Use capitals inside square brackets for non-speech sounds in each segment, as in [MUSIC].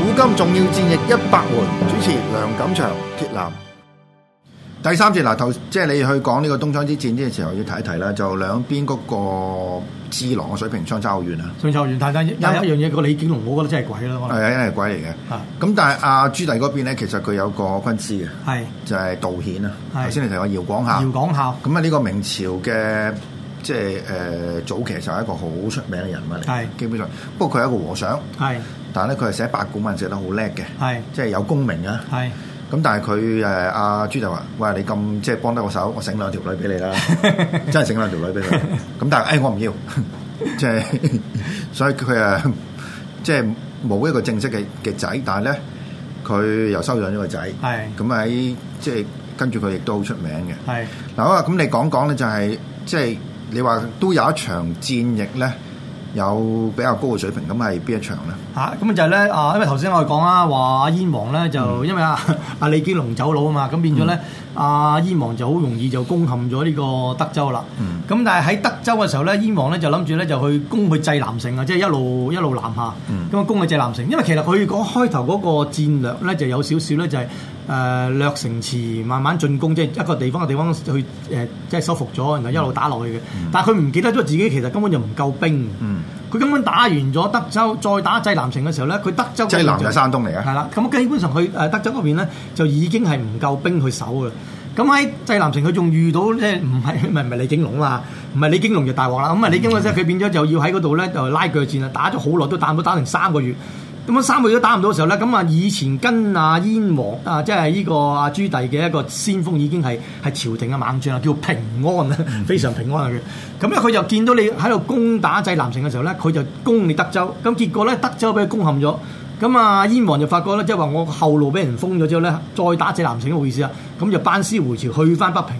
古今重要戰役一百回，主持梁錦祥、鐵男。第三節嗱，頭即係你去講呢個東窗之戰呢嘅時候，要提一提啦，就兩邊嗰個智囊嘅水平相差好遠啊！上球完，但但但有一樣嘢個李景龍，我覺得真係鬼啦，可能係因為鬼嚟啊嘅。咁但係阿朱棣嗰邊咧，其實佢有個軍師嘅，係就係道顯啊。係頭先你提過姚廣孝姚，廣孝咁啊呢個明朝嘅即係誒、呃早期就係一個好出名嘅人物嚟嘅係，基本上。不過佢係一個和尚，係但係咧佢係寫八股文寫得好叻嘅，係即係有功名啊。係咁但係佢誒阿朱就話：喂，你咁即係幫得我手，我整兩條女俾你啦，真係整兩條女俾佢。咁但係誒、哎我唔要，即係所以佢誒即係冇一個正式嘅嘅仔，但係咧佢又收養咗個仔，係咁喺即係跟住佢亦都好出名嘅。係嗱好啦，咁你講講咧就係、即係你話都有一場戰役咧，有比較高嘅水平，咁係邊一場咧？嚇咁就係咧啊，因為頭先我哋講啦，話阿燕王咧就嗯因為阿 [LAUGHS] 阿李景龍走佬啊嘛，咁變咗咧阿燕王就好容易就攻陷咗呢個德州啦。嗯咁但係喺德州嘅時候咧，燕王咧就諗住咧就去攻去濟南城啊，即係一路一路南下，嗯咁啊攻去濟南城。因為其實佢講開頭嗰個戰略咧就有少少咧就係、誒掠城池，慢慢進攻，即係一個地方嘅地方去誒、呃即係收復咗，然後一路打落去嘅。但係佢唔記得咗自己其實根本就唔夠兵。嗯，佢根本打完咗德州，再打濟南城嘅時候咧，佢德州嗰邊濟南就係山東嚟嘅係啦。咁基本上佢誒德州嗰邊咧就已經係唔夠兵去守嘅。咁喺濟南城佢仲遇到即係唔係 [LAUGHS] 唔係唔係李景龍啦，唔係李景龍就大鑊啦。咁啊李景龍即係佢變咗就要喺嗰度咧就拉鋸戰啊，打咗好耐都打唔到，打成三個月。咁樣三個月都打唔到嘅時候咧，咁啊以前跟阿燕王啊，即係呢個阿朱棣嘅一個先鋒已經係係朝廷嘅猛將啦，叫平安啊，非常平安啊佢。咁咧佢就見到你喺度攻打濟南城嘅時候咧，佢就攻你德州，咁結果咧德州俾佢攻陷咗。咁啊，燕王就發覺咧，即係話我後路俾人封咗之後咧，再打濟南城都冇意思啦，啊咁就班師回朝去翻北平。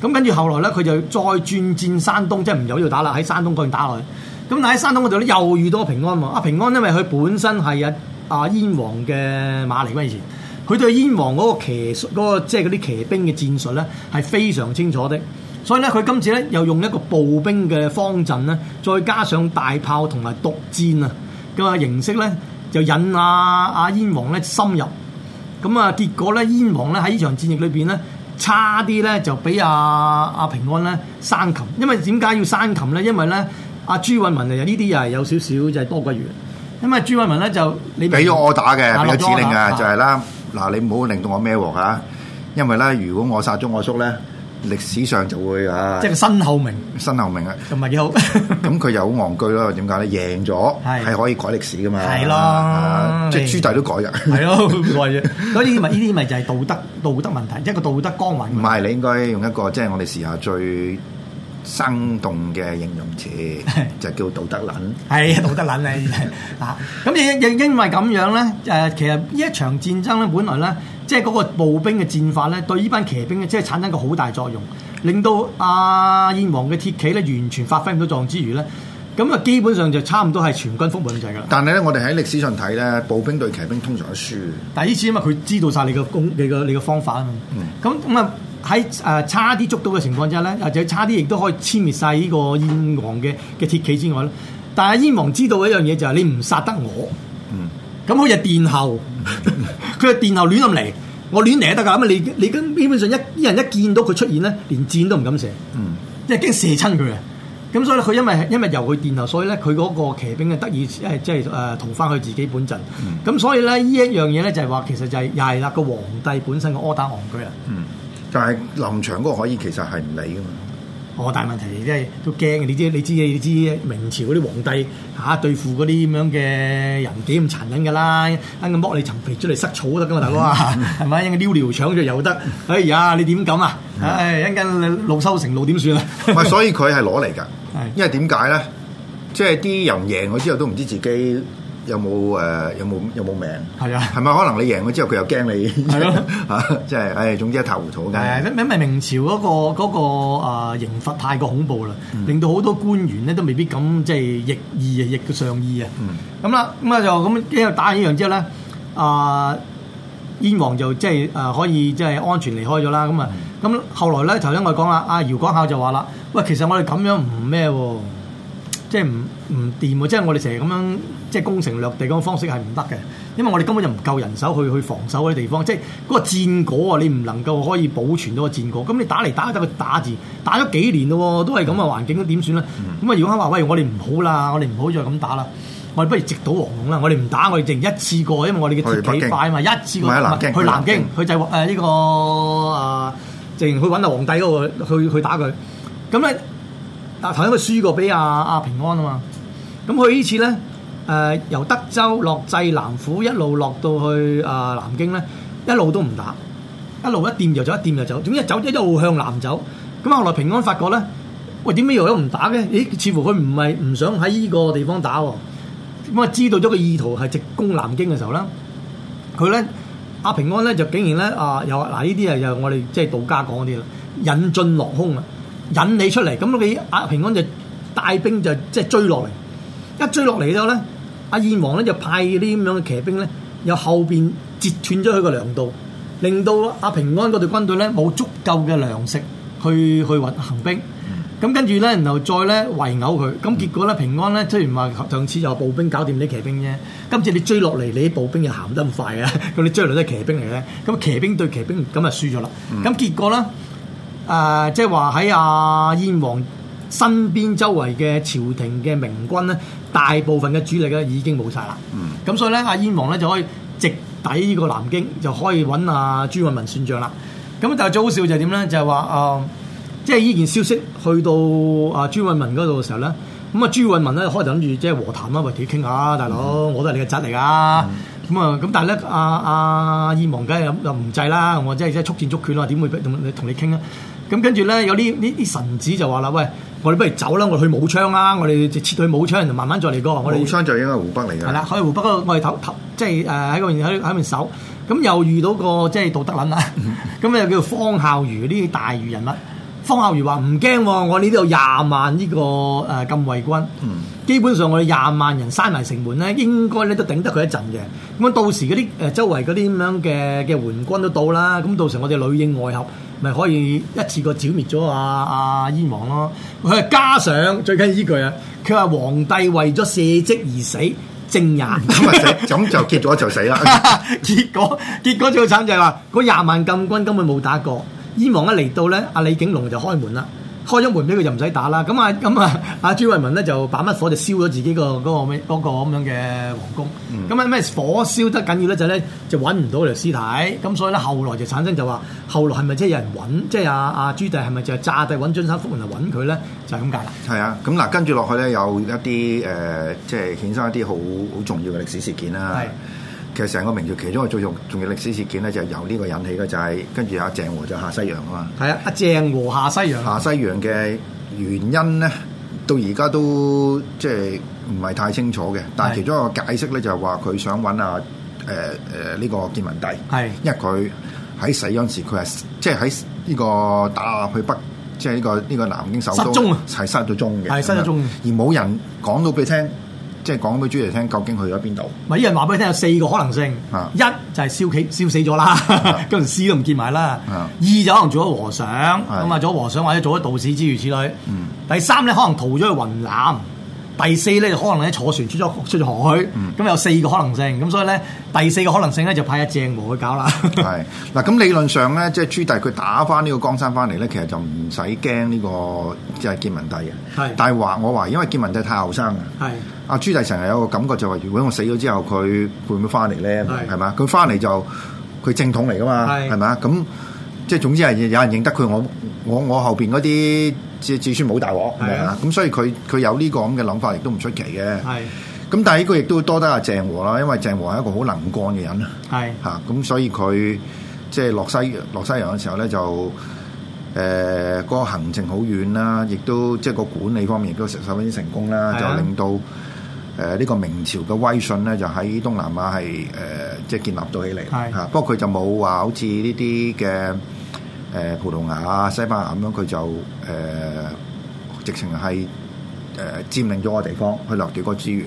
咁跟住後來咧，佢就再轉戰山東，即係唔由呢度打啦，喺山東嗰邊打落去。咁但喺山東嗰度咧，又遇到平安喎。啊，平安因為佢本身係啊啊燕王嘅馬嚟嗰陣時，佢對燕王嗰個騎術嗰、個即係嗰啲騎兵嘅戰術咧係非常清楚的。所以咧，佢今次咧又用一個步兵嘅方陣咧，再加上大炮同埋毒箭啊嘅形式咧，就引阿、阿燕王咧深入。咁啊，結果咧，燕王咧喺呢場戰役裏邊咧，差啲咧就俾阿阿平安咧生擒，因為點解要生擒咧？因為咧，阿朱允文啊，呢啲又係有少少就係多鬼餘，因為朱允文咧就你俾咗我打嘅，啊俾咗指令落咗嘅，我就係啦，嗱你唔好令到我孭鑊嚇，因為咧如果我殺咗我叔咧，歷史上就會啊即係個身後名，身後名啊。 [LAUGHS] 唔係幾好。咁佢又好戇居咯，點解咧？贏咗係係可以改歷史噶嘛，係咯啊即係你朱棣都改嘅。係咯，冇謂啫。所以呢啲咪呢啲咪就係道德道德問題，一個道德光環 [LAUGHS] 唔問題。係你應該用一個即係我哋時下最生動嘅形容 [LAUGHS] 詞，就叫道德撚。係道德撚啊！呢啲啊，咁亦亦因為咁樣咧，誒、其實呢一場戰爭咧，本來咧，即係嗰個步兵嘅戰法咧，對呢班騎兵咧，即係產生一個好大作用，令到阿、燕王嘅鐵騎咧，完全發揮唔到作用之餘咧，咁啊，基本上就差唔多係全軍覆沒咁滯㗎啦。但係咧，我哋喺歷史上睇咧，步兵對騎兵通常都輸嘅。但係呢次因為佢知道晒你個工、你個你個方法啊嘛。咁咁啊喺誒差啲捉到嘅情況之下咧，或者差啲亦都可以殲滅晒呢個燕王嘅嘅鐵騎之外咧，但係燕王知道一樣嘢就係你唔殺得我，嗯咁佢就殿後，佢就殿後亂咁嚟，我亂嚟都得㗎。咁啊你你根基本上一啲人一見到佢出現咧，連箭都唔敢射。嗯。因為驚射親佢啊。咁所以咧，佢因為因為由佢電流，所以咧佢嗰個騎兵嘅得以誒即係呃誒同翻佢自己本陣。咁、所以咧，呢一樣嘢咧就係話，其實就係又係啦，個皇帝本身嘅柯打戇居啊。嗯，但係臨場嗰個可以其實係唔理噶嘛，哦，但係問題即係都驚嘅，啊你知你知你知明朝嗰啲皇帝嚇、啊、對付嗰啲咁樣嘅人幾咁殘忍㗎啦，一咁剝你層皮出嚟塞草都得㗎嘛，大佬啊，係咪？一陣撩撩搶咗又得，哎呀，你點敢啊？唉，一陣間路修成路點算啊？ [LAUGHS] 唔係，所以佢係攞嚟㗎係。因為點解咧？即係啲人贏咗之後都唔知自己有冇誒、呃有冇有冇命。係啊係咪可能你贏咗之後佢又驚你？[LAUGHS] 係咯嚇，即係唉，總之一塌糊塗誒，嘅。因因為明朝嗰、個嗰、個、啊刑罰太過恐怖啦，令到好多官員咧都未必敢即係逆意啊，逆個上意啊。咁啦、咁啊就咁，因為打完呢樣之後咧，啊、燕王就即係誒可以即係安全離開咗啦。咁啊，咁後來咧頭先我講啦，啊阿姚廣孝就話啦，喂，其實我哋咁樣唔咩喎。即係唔唔掂喎！即係我哋成日咁樣即係攻城略地嗰種方式係唔得嘅，因為我哋根本就唔夠人手去去防守嗰啲地方，即係嗰個戰果啊，你唔能夠可以保存到個戰果。咁你打嚟打去得個打字，打咗幾年咯喎，都係咁嘅環境，咁點算咧？嗯咁啊，姚康話：喂，我哋唔好啦，我哋唔好再咁打啦。我哋不如直搗黃龍啦！我哋唔打，我哋淨一次過，因為我哋嘅去北鐵京幾快啊嘛，一次過唔係喺南京去去南南京京，佢就誒呢個誒，淨去揾阿皇帝嗰個去去打佢。咁咧。但頭先佢輸過俾阿阿平安啊嘛。咁佢呢次咧，誒、由德州落濟南府一路落到去啊、南京咧，一路都唔打，一路一掂就走，一掂就走，總之一走一路向南走。咁後來平安發覺咧，喂點解又都唔打嘅？咦，似乎佢唔係唔想喺呢個地方打喎。咁啊，知道咗個意圖係直攻南京嘅時候咧。佢咧阿平安咧就竟然咧啊又嗱呢啲啊又我哋即係道家講嗰啲啦，引進落空啊，引你出嚟，咁你阿平安就帶兵就即係追落嚟，一追落嚟之後咧，阿燕王咧就派呢啲咁樣嘅騎兵咧，由後邊截斷咗佢個糧道，令到阿平安嗰隊軍隊咧冇足夠嘅糧食去去運行兵。咁跟住咧，然後再咧圍毆佢，咁結果咧平安咧，雖然話上次又步兵搞掂啲騎兵啫，今次你追落嚟，你啲步兵又行得咁快啊， [LAUGHS] 咁你追落嚟都係騎兵嚟嘅，咁騎兵對騎兵咁啊輸咗啦，咁、結果咧。誒、呃即係話喺阿燕王身邊周圍嘅朝廷嘅明軍咧，大部分嘅主力咧已經冇晒啦。咁、所以咧，阿燕王咧就可以直抵呢個南京，就可以揾阿朱允文算賬啦。咁但係最好笑就係點咧？就係話呃誒，即係呢件消息去到啊阿朱允文嗰度嘅時候咧。咁啊，朱允文咧開頭諗住即係和談啦，啊喂，屌傾下，大佬，我都係你嘅侄嚟噶。咁啊，咁但係咧，阿阿燕王梗係又唔制啦，我即係即係速戰速決啦，點會同你同你傾啊？咁跟住咧，有啲呢啲臣子就話啦，喂，我哋不如走啦，我哋去武昌啦，我哋就撤退武昌，就慢慢再嚟過。我哋武昌就應該係啊湖北嚟係㗎啦，。喺湖北嗰度，我哋頭頭即係誒呃喺嗰邊喺喺邊守，咁又遇到個即係道德撚啦，咁又叫方孝孺呢啲大儒人物。方孝孺話唔驚喎，我呢度有廿萬呢個誒禁衛軍，基本上我哋廿萬人閂埋城門咧，應該咧都頂得佢一陣嘅。咁到時嗰啲誒周圍嗰啲咁樣嘅嘅援軍都到啦，咁到時我哋裏應外合，咪可以一次過剿滅咗阿阿燕王咯。佢係加上最緊要依句啊，佢話皇帝為咗卸職而死，正咁也。啊死，咁就結咗就死啦。 [LAUGHS] [LAUGHS] 結果結果最慘就係話嗰廿萬禁軍根本冇打過，燕王一嚟到咧，阿李景龍就開門啦。開咗門俾佢就唔使打啦，咁啊 [LAUGHS] 咁啊，阿朱慧文咧就把乜火就燒咗自己個嗰個咩嗰個咁樣嘅皇宮，咁啊咩火燒得緊要咧就咧就揾唔到條屍體，咁所以咧後來就產生就話，後來係咪即係有人揾，即係阿阿朱棣係咪就係炸帝揾張三福嚟揾佢咧，就係咁解啦。係啊，咁嗱，跟住落去咧有一啲誒、呃即係衍生一啲好好重要嘅歷史事件啦係。其實成個明朝其中一個最重重要歷史事件咧，就係由呢個引起嘅，就係跟住阿鄭和就下西洋啊嘛。係啊，阿鄭和下西洋，下西洋嘅原因咧，到而家都即係唔係太清楚嘅。但係係其中一個解釋咧，就係話佢想揾啊誒誒呢個建文帝，係因為佢喺死嗰陣時，佢係即係喺呢個打去北，即係呢個呢個南京首都失蹤啊係失咗蹤嘅，係失咗蹤嘅而冇人講到俾你聽，即係講俾朱嚟聽究竟去咗邊 [LAUGHS] 度。咪啲人話俾你聽有四個可能性，啊一就係燒企燒死咗啦， [LAUGHS] 咁條屍都唔見埋啦；啊二就可能做咗和尚，咁啊做咗和尚或者做咗道士之如此類；嗯第三咧可能逃咗去雲南；第四咧就可能咧坐船出咗出咗河去，咁、嗯有四個可能性，咁所以咧第四個可能性咧就派阿鄭和去 [LAUGHS] 搞啦。係嗱，咁理論上咧，即係朱棣佢打翻呢個江山翻嚟咧，其實就唔使驚呢個即係建文帝嘅。係但係話我話，因為建文帝太後生啊。係阿朱棣成日有個感覺就係、如果我死咗之後，佢會唔會翻嚟咧？係係嘛？佢翻嚟就佢正統嚟噶嘛，係係咪啊？咁即係總之係有人認得佢，我我我後邊嗰啲子子孫冇大鑊，係啊明唔明咁所以佢佢有呢個咁嘅諗法，亦都唔出奇嘅。係咁但係呢個亦都多得阿鄭和啦，因為鄭和係一個好能幹嘅人啊。係嚇，咁所以佢即係落西落西洋嘅時候咧，就誒嗰、個行程好遠啦，亦都即係個管理方面亦都十十分之成功啦，係就啊令到誒呃呢、個明朝嘅威信咧，就喺東南亞係誒、即係建立到起嚟係嚇。不過佢就冇話好似呢啲嘅誒葡萄牙啊、西班牙咁樣，佢就誒、直情係誒佔領咗個地方去掠奪個資源。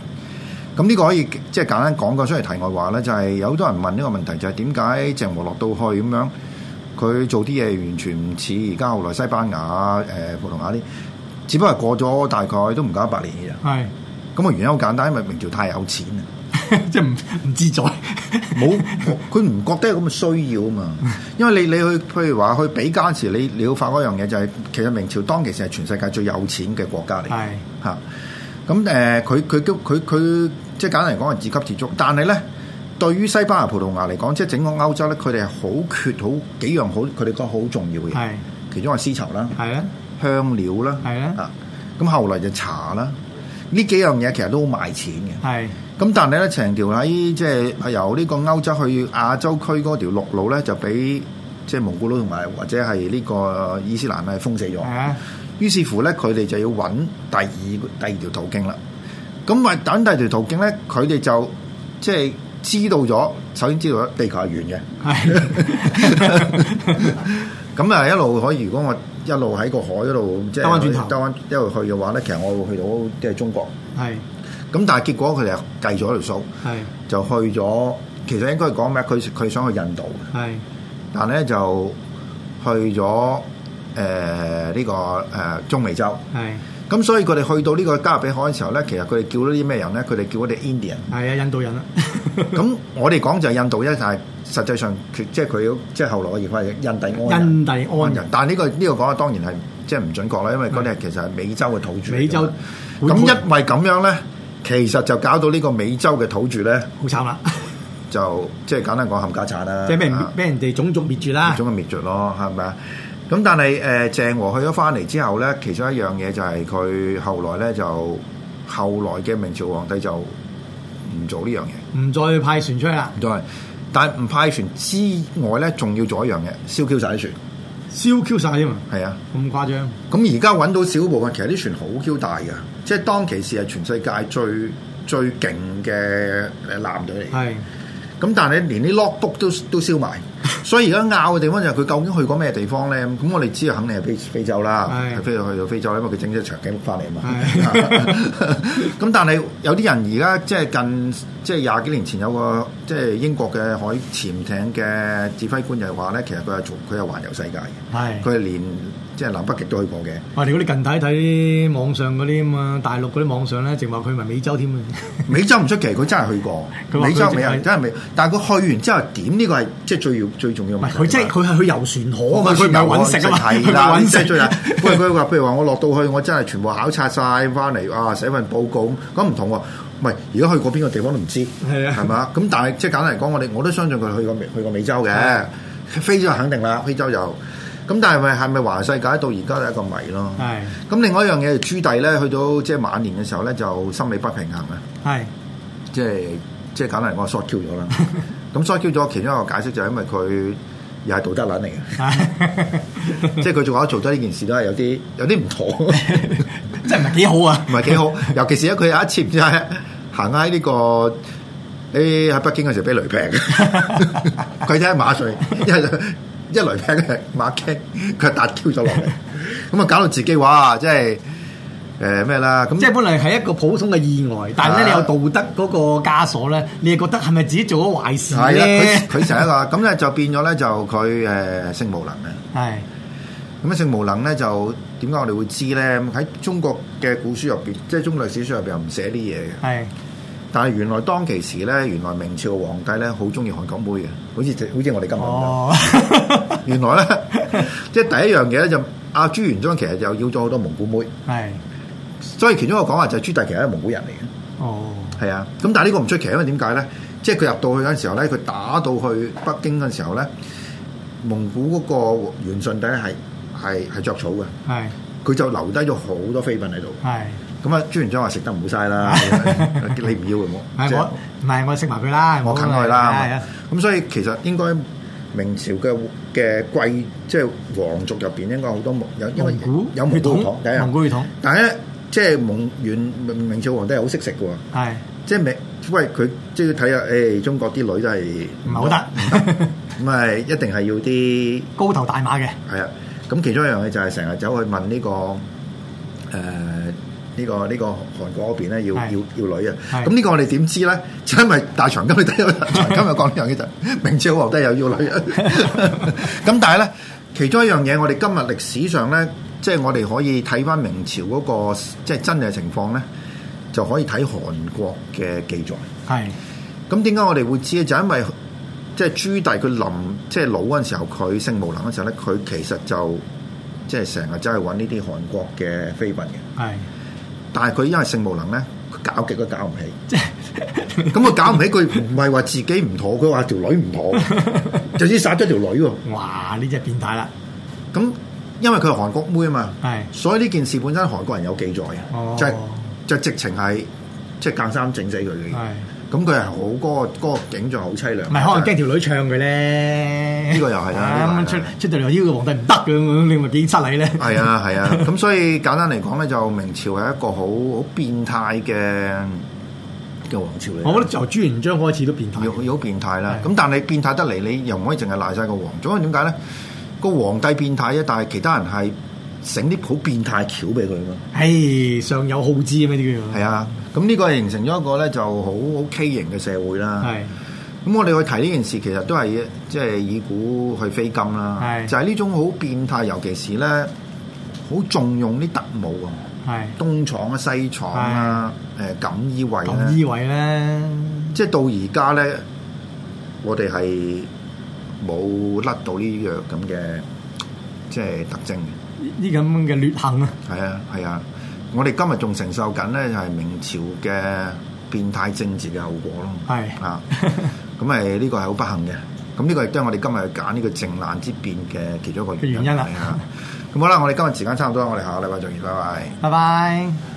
咁呢個可以即係簡單講個出嚟題外話咧，就係、有好多人問呢個問題，就係點解鄭和落到去咁樣，佢做啲嘢完全唔似而家後來西班牙、誒、葡萄牙啲，只不過係過咗大概都唔夠一百年嘅啫。係， [LAUGHS] 咁啊個原因好簡單，因為明朝太有錢啊，即係唔唔自 [LAUGHS] 在，冇 [LAUGHS] 佢唔覺得有咁嘅需要啊嘛。因為你你去譬如話去比較時，你你要發嗰樣嘢就係、其實明朝當其時係全世界最有錢嘅國家嚟嘅。係嚇。咁誒，佢佢都佢佢即係簡單嚟講係自給自足，但係咧。對於西班牙、葡萄牙嚟講，即係整個歐洲咧，佢哋係好缺好幾樣好，佢哋覺得好重要嘅嘢。係其中係絲綢啦、係啊，香料啦，係啊啊，咁後來就茶啦。呢幾樣嘢其實都好賣錢嘅。係咁但係咧，成條喺即係啊由呢個歐洲去亞洲區嗰條陸路咧，就俾即係蒙古佬同埋或者係呢個伊斯蘭咧封死咗。係啊，於是乎咧，佢哋就要揾第二第二條途徑啦。咁咪等第二條途徑咧，佢哋就即係知道咗，首先知道咗地球係圓嘅。 [LAUGHS] [LAUGHS] 係咁啊，一路可以，如果我一路喺個海嗰度，即係兜返轉頭兜翻一路去嘅話咧，其實我會去到即係中國。係咁但係結果佢哋計咗條數，係就去咗。其實應該係講咩？佢佢想去印度，係但咧就去咗誒呢個誒、呃中美洲。係咁所以佢哋去到呢個加勒比海嘅時候咧，其實佢哋叫咗啲咩人咧？佢哋叫我哋 Indian。係啊，印度人啊，咁我哋講就係印度啫，但係實際上佢即係佢即係後來嘅譯法係印第安人印第安人人。，但係呢個呢個講法當然係即係唔準確啦，因為嗰啲係其實係美洲嘅土著嚟㗎嘛。美洲咁本因為咁樣咧，其實就搞到呢個美洲嘅土著咧，好慘啦，就即係簡單講冚家產 [LAUGHS] 啦。即係啊俾啊人俾人哋種族滅絕啦，種嘅滅絕咯，係咪啊？咁但係誒、呃、鄭和去咗翻嚟之後咧，其中一樣嘢就係佢後來咧就後來嘅明朝皇帝就唔做呢樣嘢，唔再派船出去啦，唔做啦。但係唔派船之外咧，仲要做一樣嘢，燒 Q 晒啲船，燒 Q 晒添啊！係啊。咁誇張，咁而家揾到少部分，其實啲船好 Q 大㗎，即係當其時係全世界最最勁嘅誒艦隊嚟嘅。係咁但係連啲 logbook 都都燒埋， [LAUGHS] 所以而家拗嘅地方就係佢究竟去過咩地方咧？咁我哋知道啊肯定係非非洲啦，係係非去到非洲啦，因為佢整咗長頸鹿翻嚟啊嘛係。 [LAUGHS] 咁但係有啲人而家即係近即係廿幾年前有個即係英國嘅海潛艇嘅指揮官就係話咧，其實佢係做佢係環遊世界嘅，係。佢係連即係南北極都去過嘅。我哋嗰啲近睇睇網上嗰啲咁啊，大陸嗰啲網上咧，淨話佢咪美洲添啊！美洲唔出奇，佢真係去過佢話佢美洲淨係美人真係美，但係佢去完之後點呢個係即係最要最重要嘅唔問係題佢即係嘛佢係去遊船河啊嘛，佢佢唔係揾食啊嘛，佢係唔啦，係揾即係最食難。喂，佢話譬如話我落到去，我真係全部考察晒翻嚟啊，寫份報告咁，咁唔同喎。唔係，而家去過邊個地方都唔知，係啊係嘛？咁但係即係簡單嚟講，我哋我都相信佢去過美去過美洲嘅，非洲肯定啦，非洲有。咁但係咪係咪環世界到而家都係一個謎咯？係咁另外一樣嘢，朱棣咧去到即係晚年嘅時候咧，就心理不平衡啊。 [LAUGHS] 係即係即係簡單嚟講，short Q [LAUGHS] 咗啦。咁 short Q 咗，其中一個解釋就係因為佢又係道德撚嚟嘅，即係佢做下做得呢件事都係有啲有啲唔妥， [LAUGHS] 唔真係唔係幾好啊！係幾好。尤其是咧，佢有一次唔知係行喺呢個喺喺北京嘅時候俾 [LAUGHS] 雷劈，佢就喺馬上一一雷劈嘅馬傾，佢係突 Q 咗落嚟，咁啊搞到自己哇，即係誒咩啦咁。即係本嚟係一個普通嘅意外，但係咧啊你有道德嗰個枷鎖咧，你係覺得係咪自己做咗壞事係啦，佢咧？佢成一個咁咧，就變咗咧就佢誒性無能嘅。係咁性無能咧就點解我哋會知咧？喺中國嘅古書入邊，即係中國歷史書入邊又唔寫啲嘢嘅。係 [LAUGHS] 但係原來當其時咧，原來明朝嘅皇帝咧好中意韓國妹嘅，好似好似我哋今日咁。哦， [LAUGHS] 原來咧， [LAUGHS] 即係第一樣嘢咧就阿朱元璋其實就要咗好多蒙古妹，係所以其中一個講話就係朱棣其實係一個蒙古人嚟哦，嘅。係啊，咁但係呢個唔出奇，因為點解咧？即係佢入到去嗰陣時候咧，佢打到去北京嗰陣時候咧，誒、蒙古嗰個元順帝咧係係係著草嘅，係佢就留低咗好多妃嬪喺度。係咁啊，朱元璋話食得唔好嘥 [LAUGHS] 啦，你唔要嘅冇，即係係我唔哦係我食埋佢啦，我啃佢係啦啊。咁所以其實應該明朝嘅嘅貴即係皇族入邊應該好多蒙有因為蒙古有蒙古血血統，係啊蒙古血統但係咧即係蒙元明明朝皇帝係好識食嘅喎。係即係未，喂佢即係要睇下，誒、中國啲女都係唔係好 [LAUGHS] 得咁咪一定係要啲高頭大馬嘅係啊。咁其中一樣嘢就係成日走去問呢、個誒呢、個呢、個韓國嗰邊咧，要係要要女啊。係咁呢個 [LAUGHS] 我哋點知咧？就因為大長今你睇有大長今有講呢樣嘢就 [LAUGHS] 明朝皇帝又要女啊。 [LAUGHS] 咁但係咧，其中一樣嘢我哋今日歷史上咧，即係我哋可以睇翻明朝嗰、個即係真嘅情況咧，就可以睇韓國嘅記載。係咁點解我哋會知咧？就因為即係朱棣佢臨即係老嗰陣時候，佢性無能嗰陣時候咧，佢其實就即係成日走去揾呢啲韓國嘅妃嬪嘅。係但係佢因為性無能咧，佢搞極都搞唔起。即係咁佢搞唔起，佢唔係話自己唔妥，佢話條女唔 [LAUGHS] 妥，就先殺咗條女喎。哇呢只變態啦，咁因為佢係韓國妹啊嘛，係所以呢件事本身韓國人有記載嘅，哦就係就直情係即係間三整死佢嘅。係咁佢係好嗰個嗰個景象好凄涼。唔係可能驚條女唱佢咧？呢個又係啦呢個係啦咁出出到嚟呢個皇帝唔得嘅咁，你咪幾失禮咧？係啊，係啊，咁所以簡單嚟講咧，就明朝係一個好好變態嘅嘅皇朝嚟。我覺得由朱元璋開始都變態要。要好變態啦。係咁但係你變態得嚟，你又唔可以淨係賴晒個皇族，因為點解咧？個皇帝變態啫，但係其他人係整啲好變態橋俾佢嘛。唉，上有好知咁呢啲叫做。係啊，咁呢個係形成咗一個咧就好好畸形嘅社會啦。係啊咁我哋去睇呢件事，其實都係即係以古去非今啦係。就係呢種好變態，尤其是咧好重用啲特務啊。係東廠啊、西廠啊、誒錦衣衛咁咧，依位咧，即係到而家咧，我哋係冇甩到呢樣咁嘅即係特徵嘅，呢咁嘅劣行啊，係啊係啊，我哋今日仲承受緊咧就係明朝嘅變態政治嘅後果咯，係啊，咁誒呢個係好不幸嘅，咁呢個亦都係我哋今日揀呢個靖難之變嘅其中一個嘅原因啦係啊，咁好啦，我哋今日時間差唔多，我哋下個禮拜再見，拜拜。拜拜。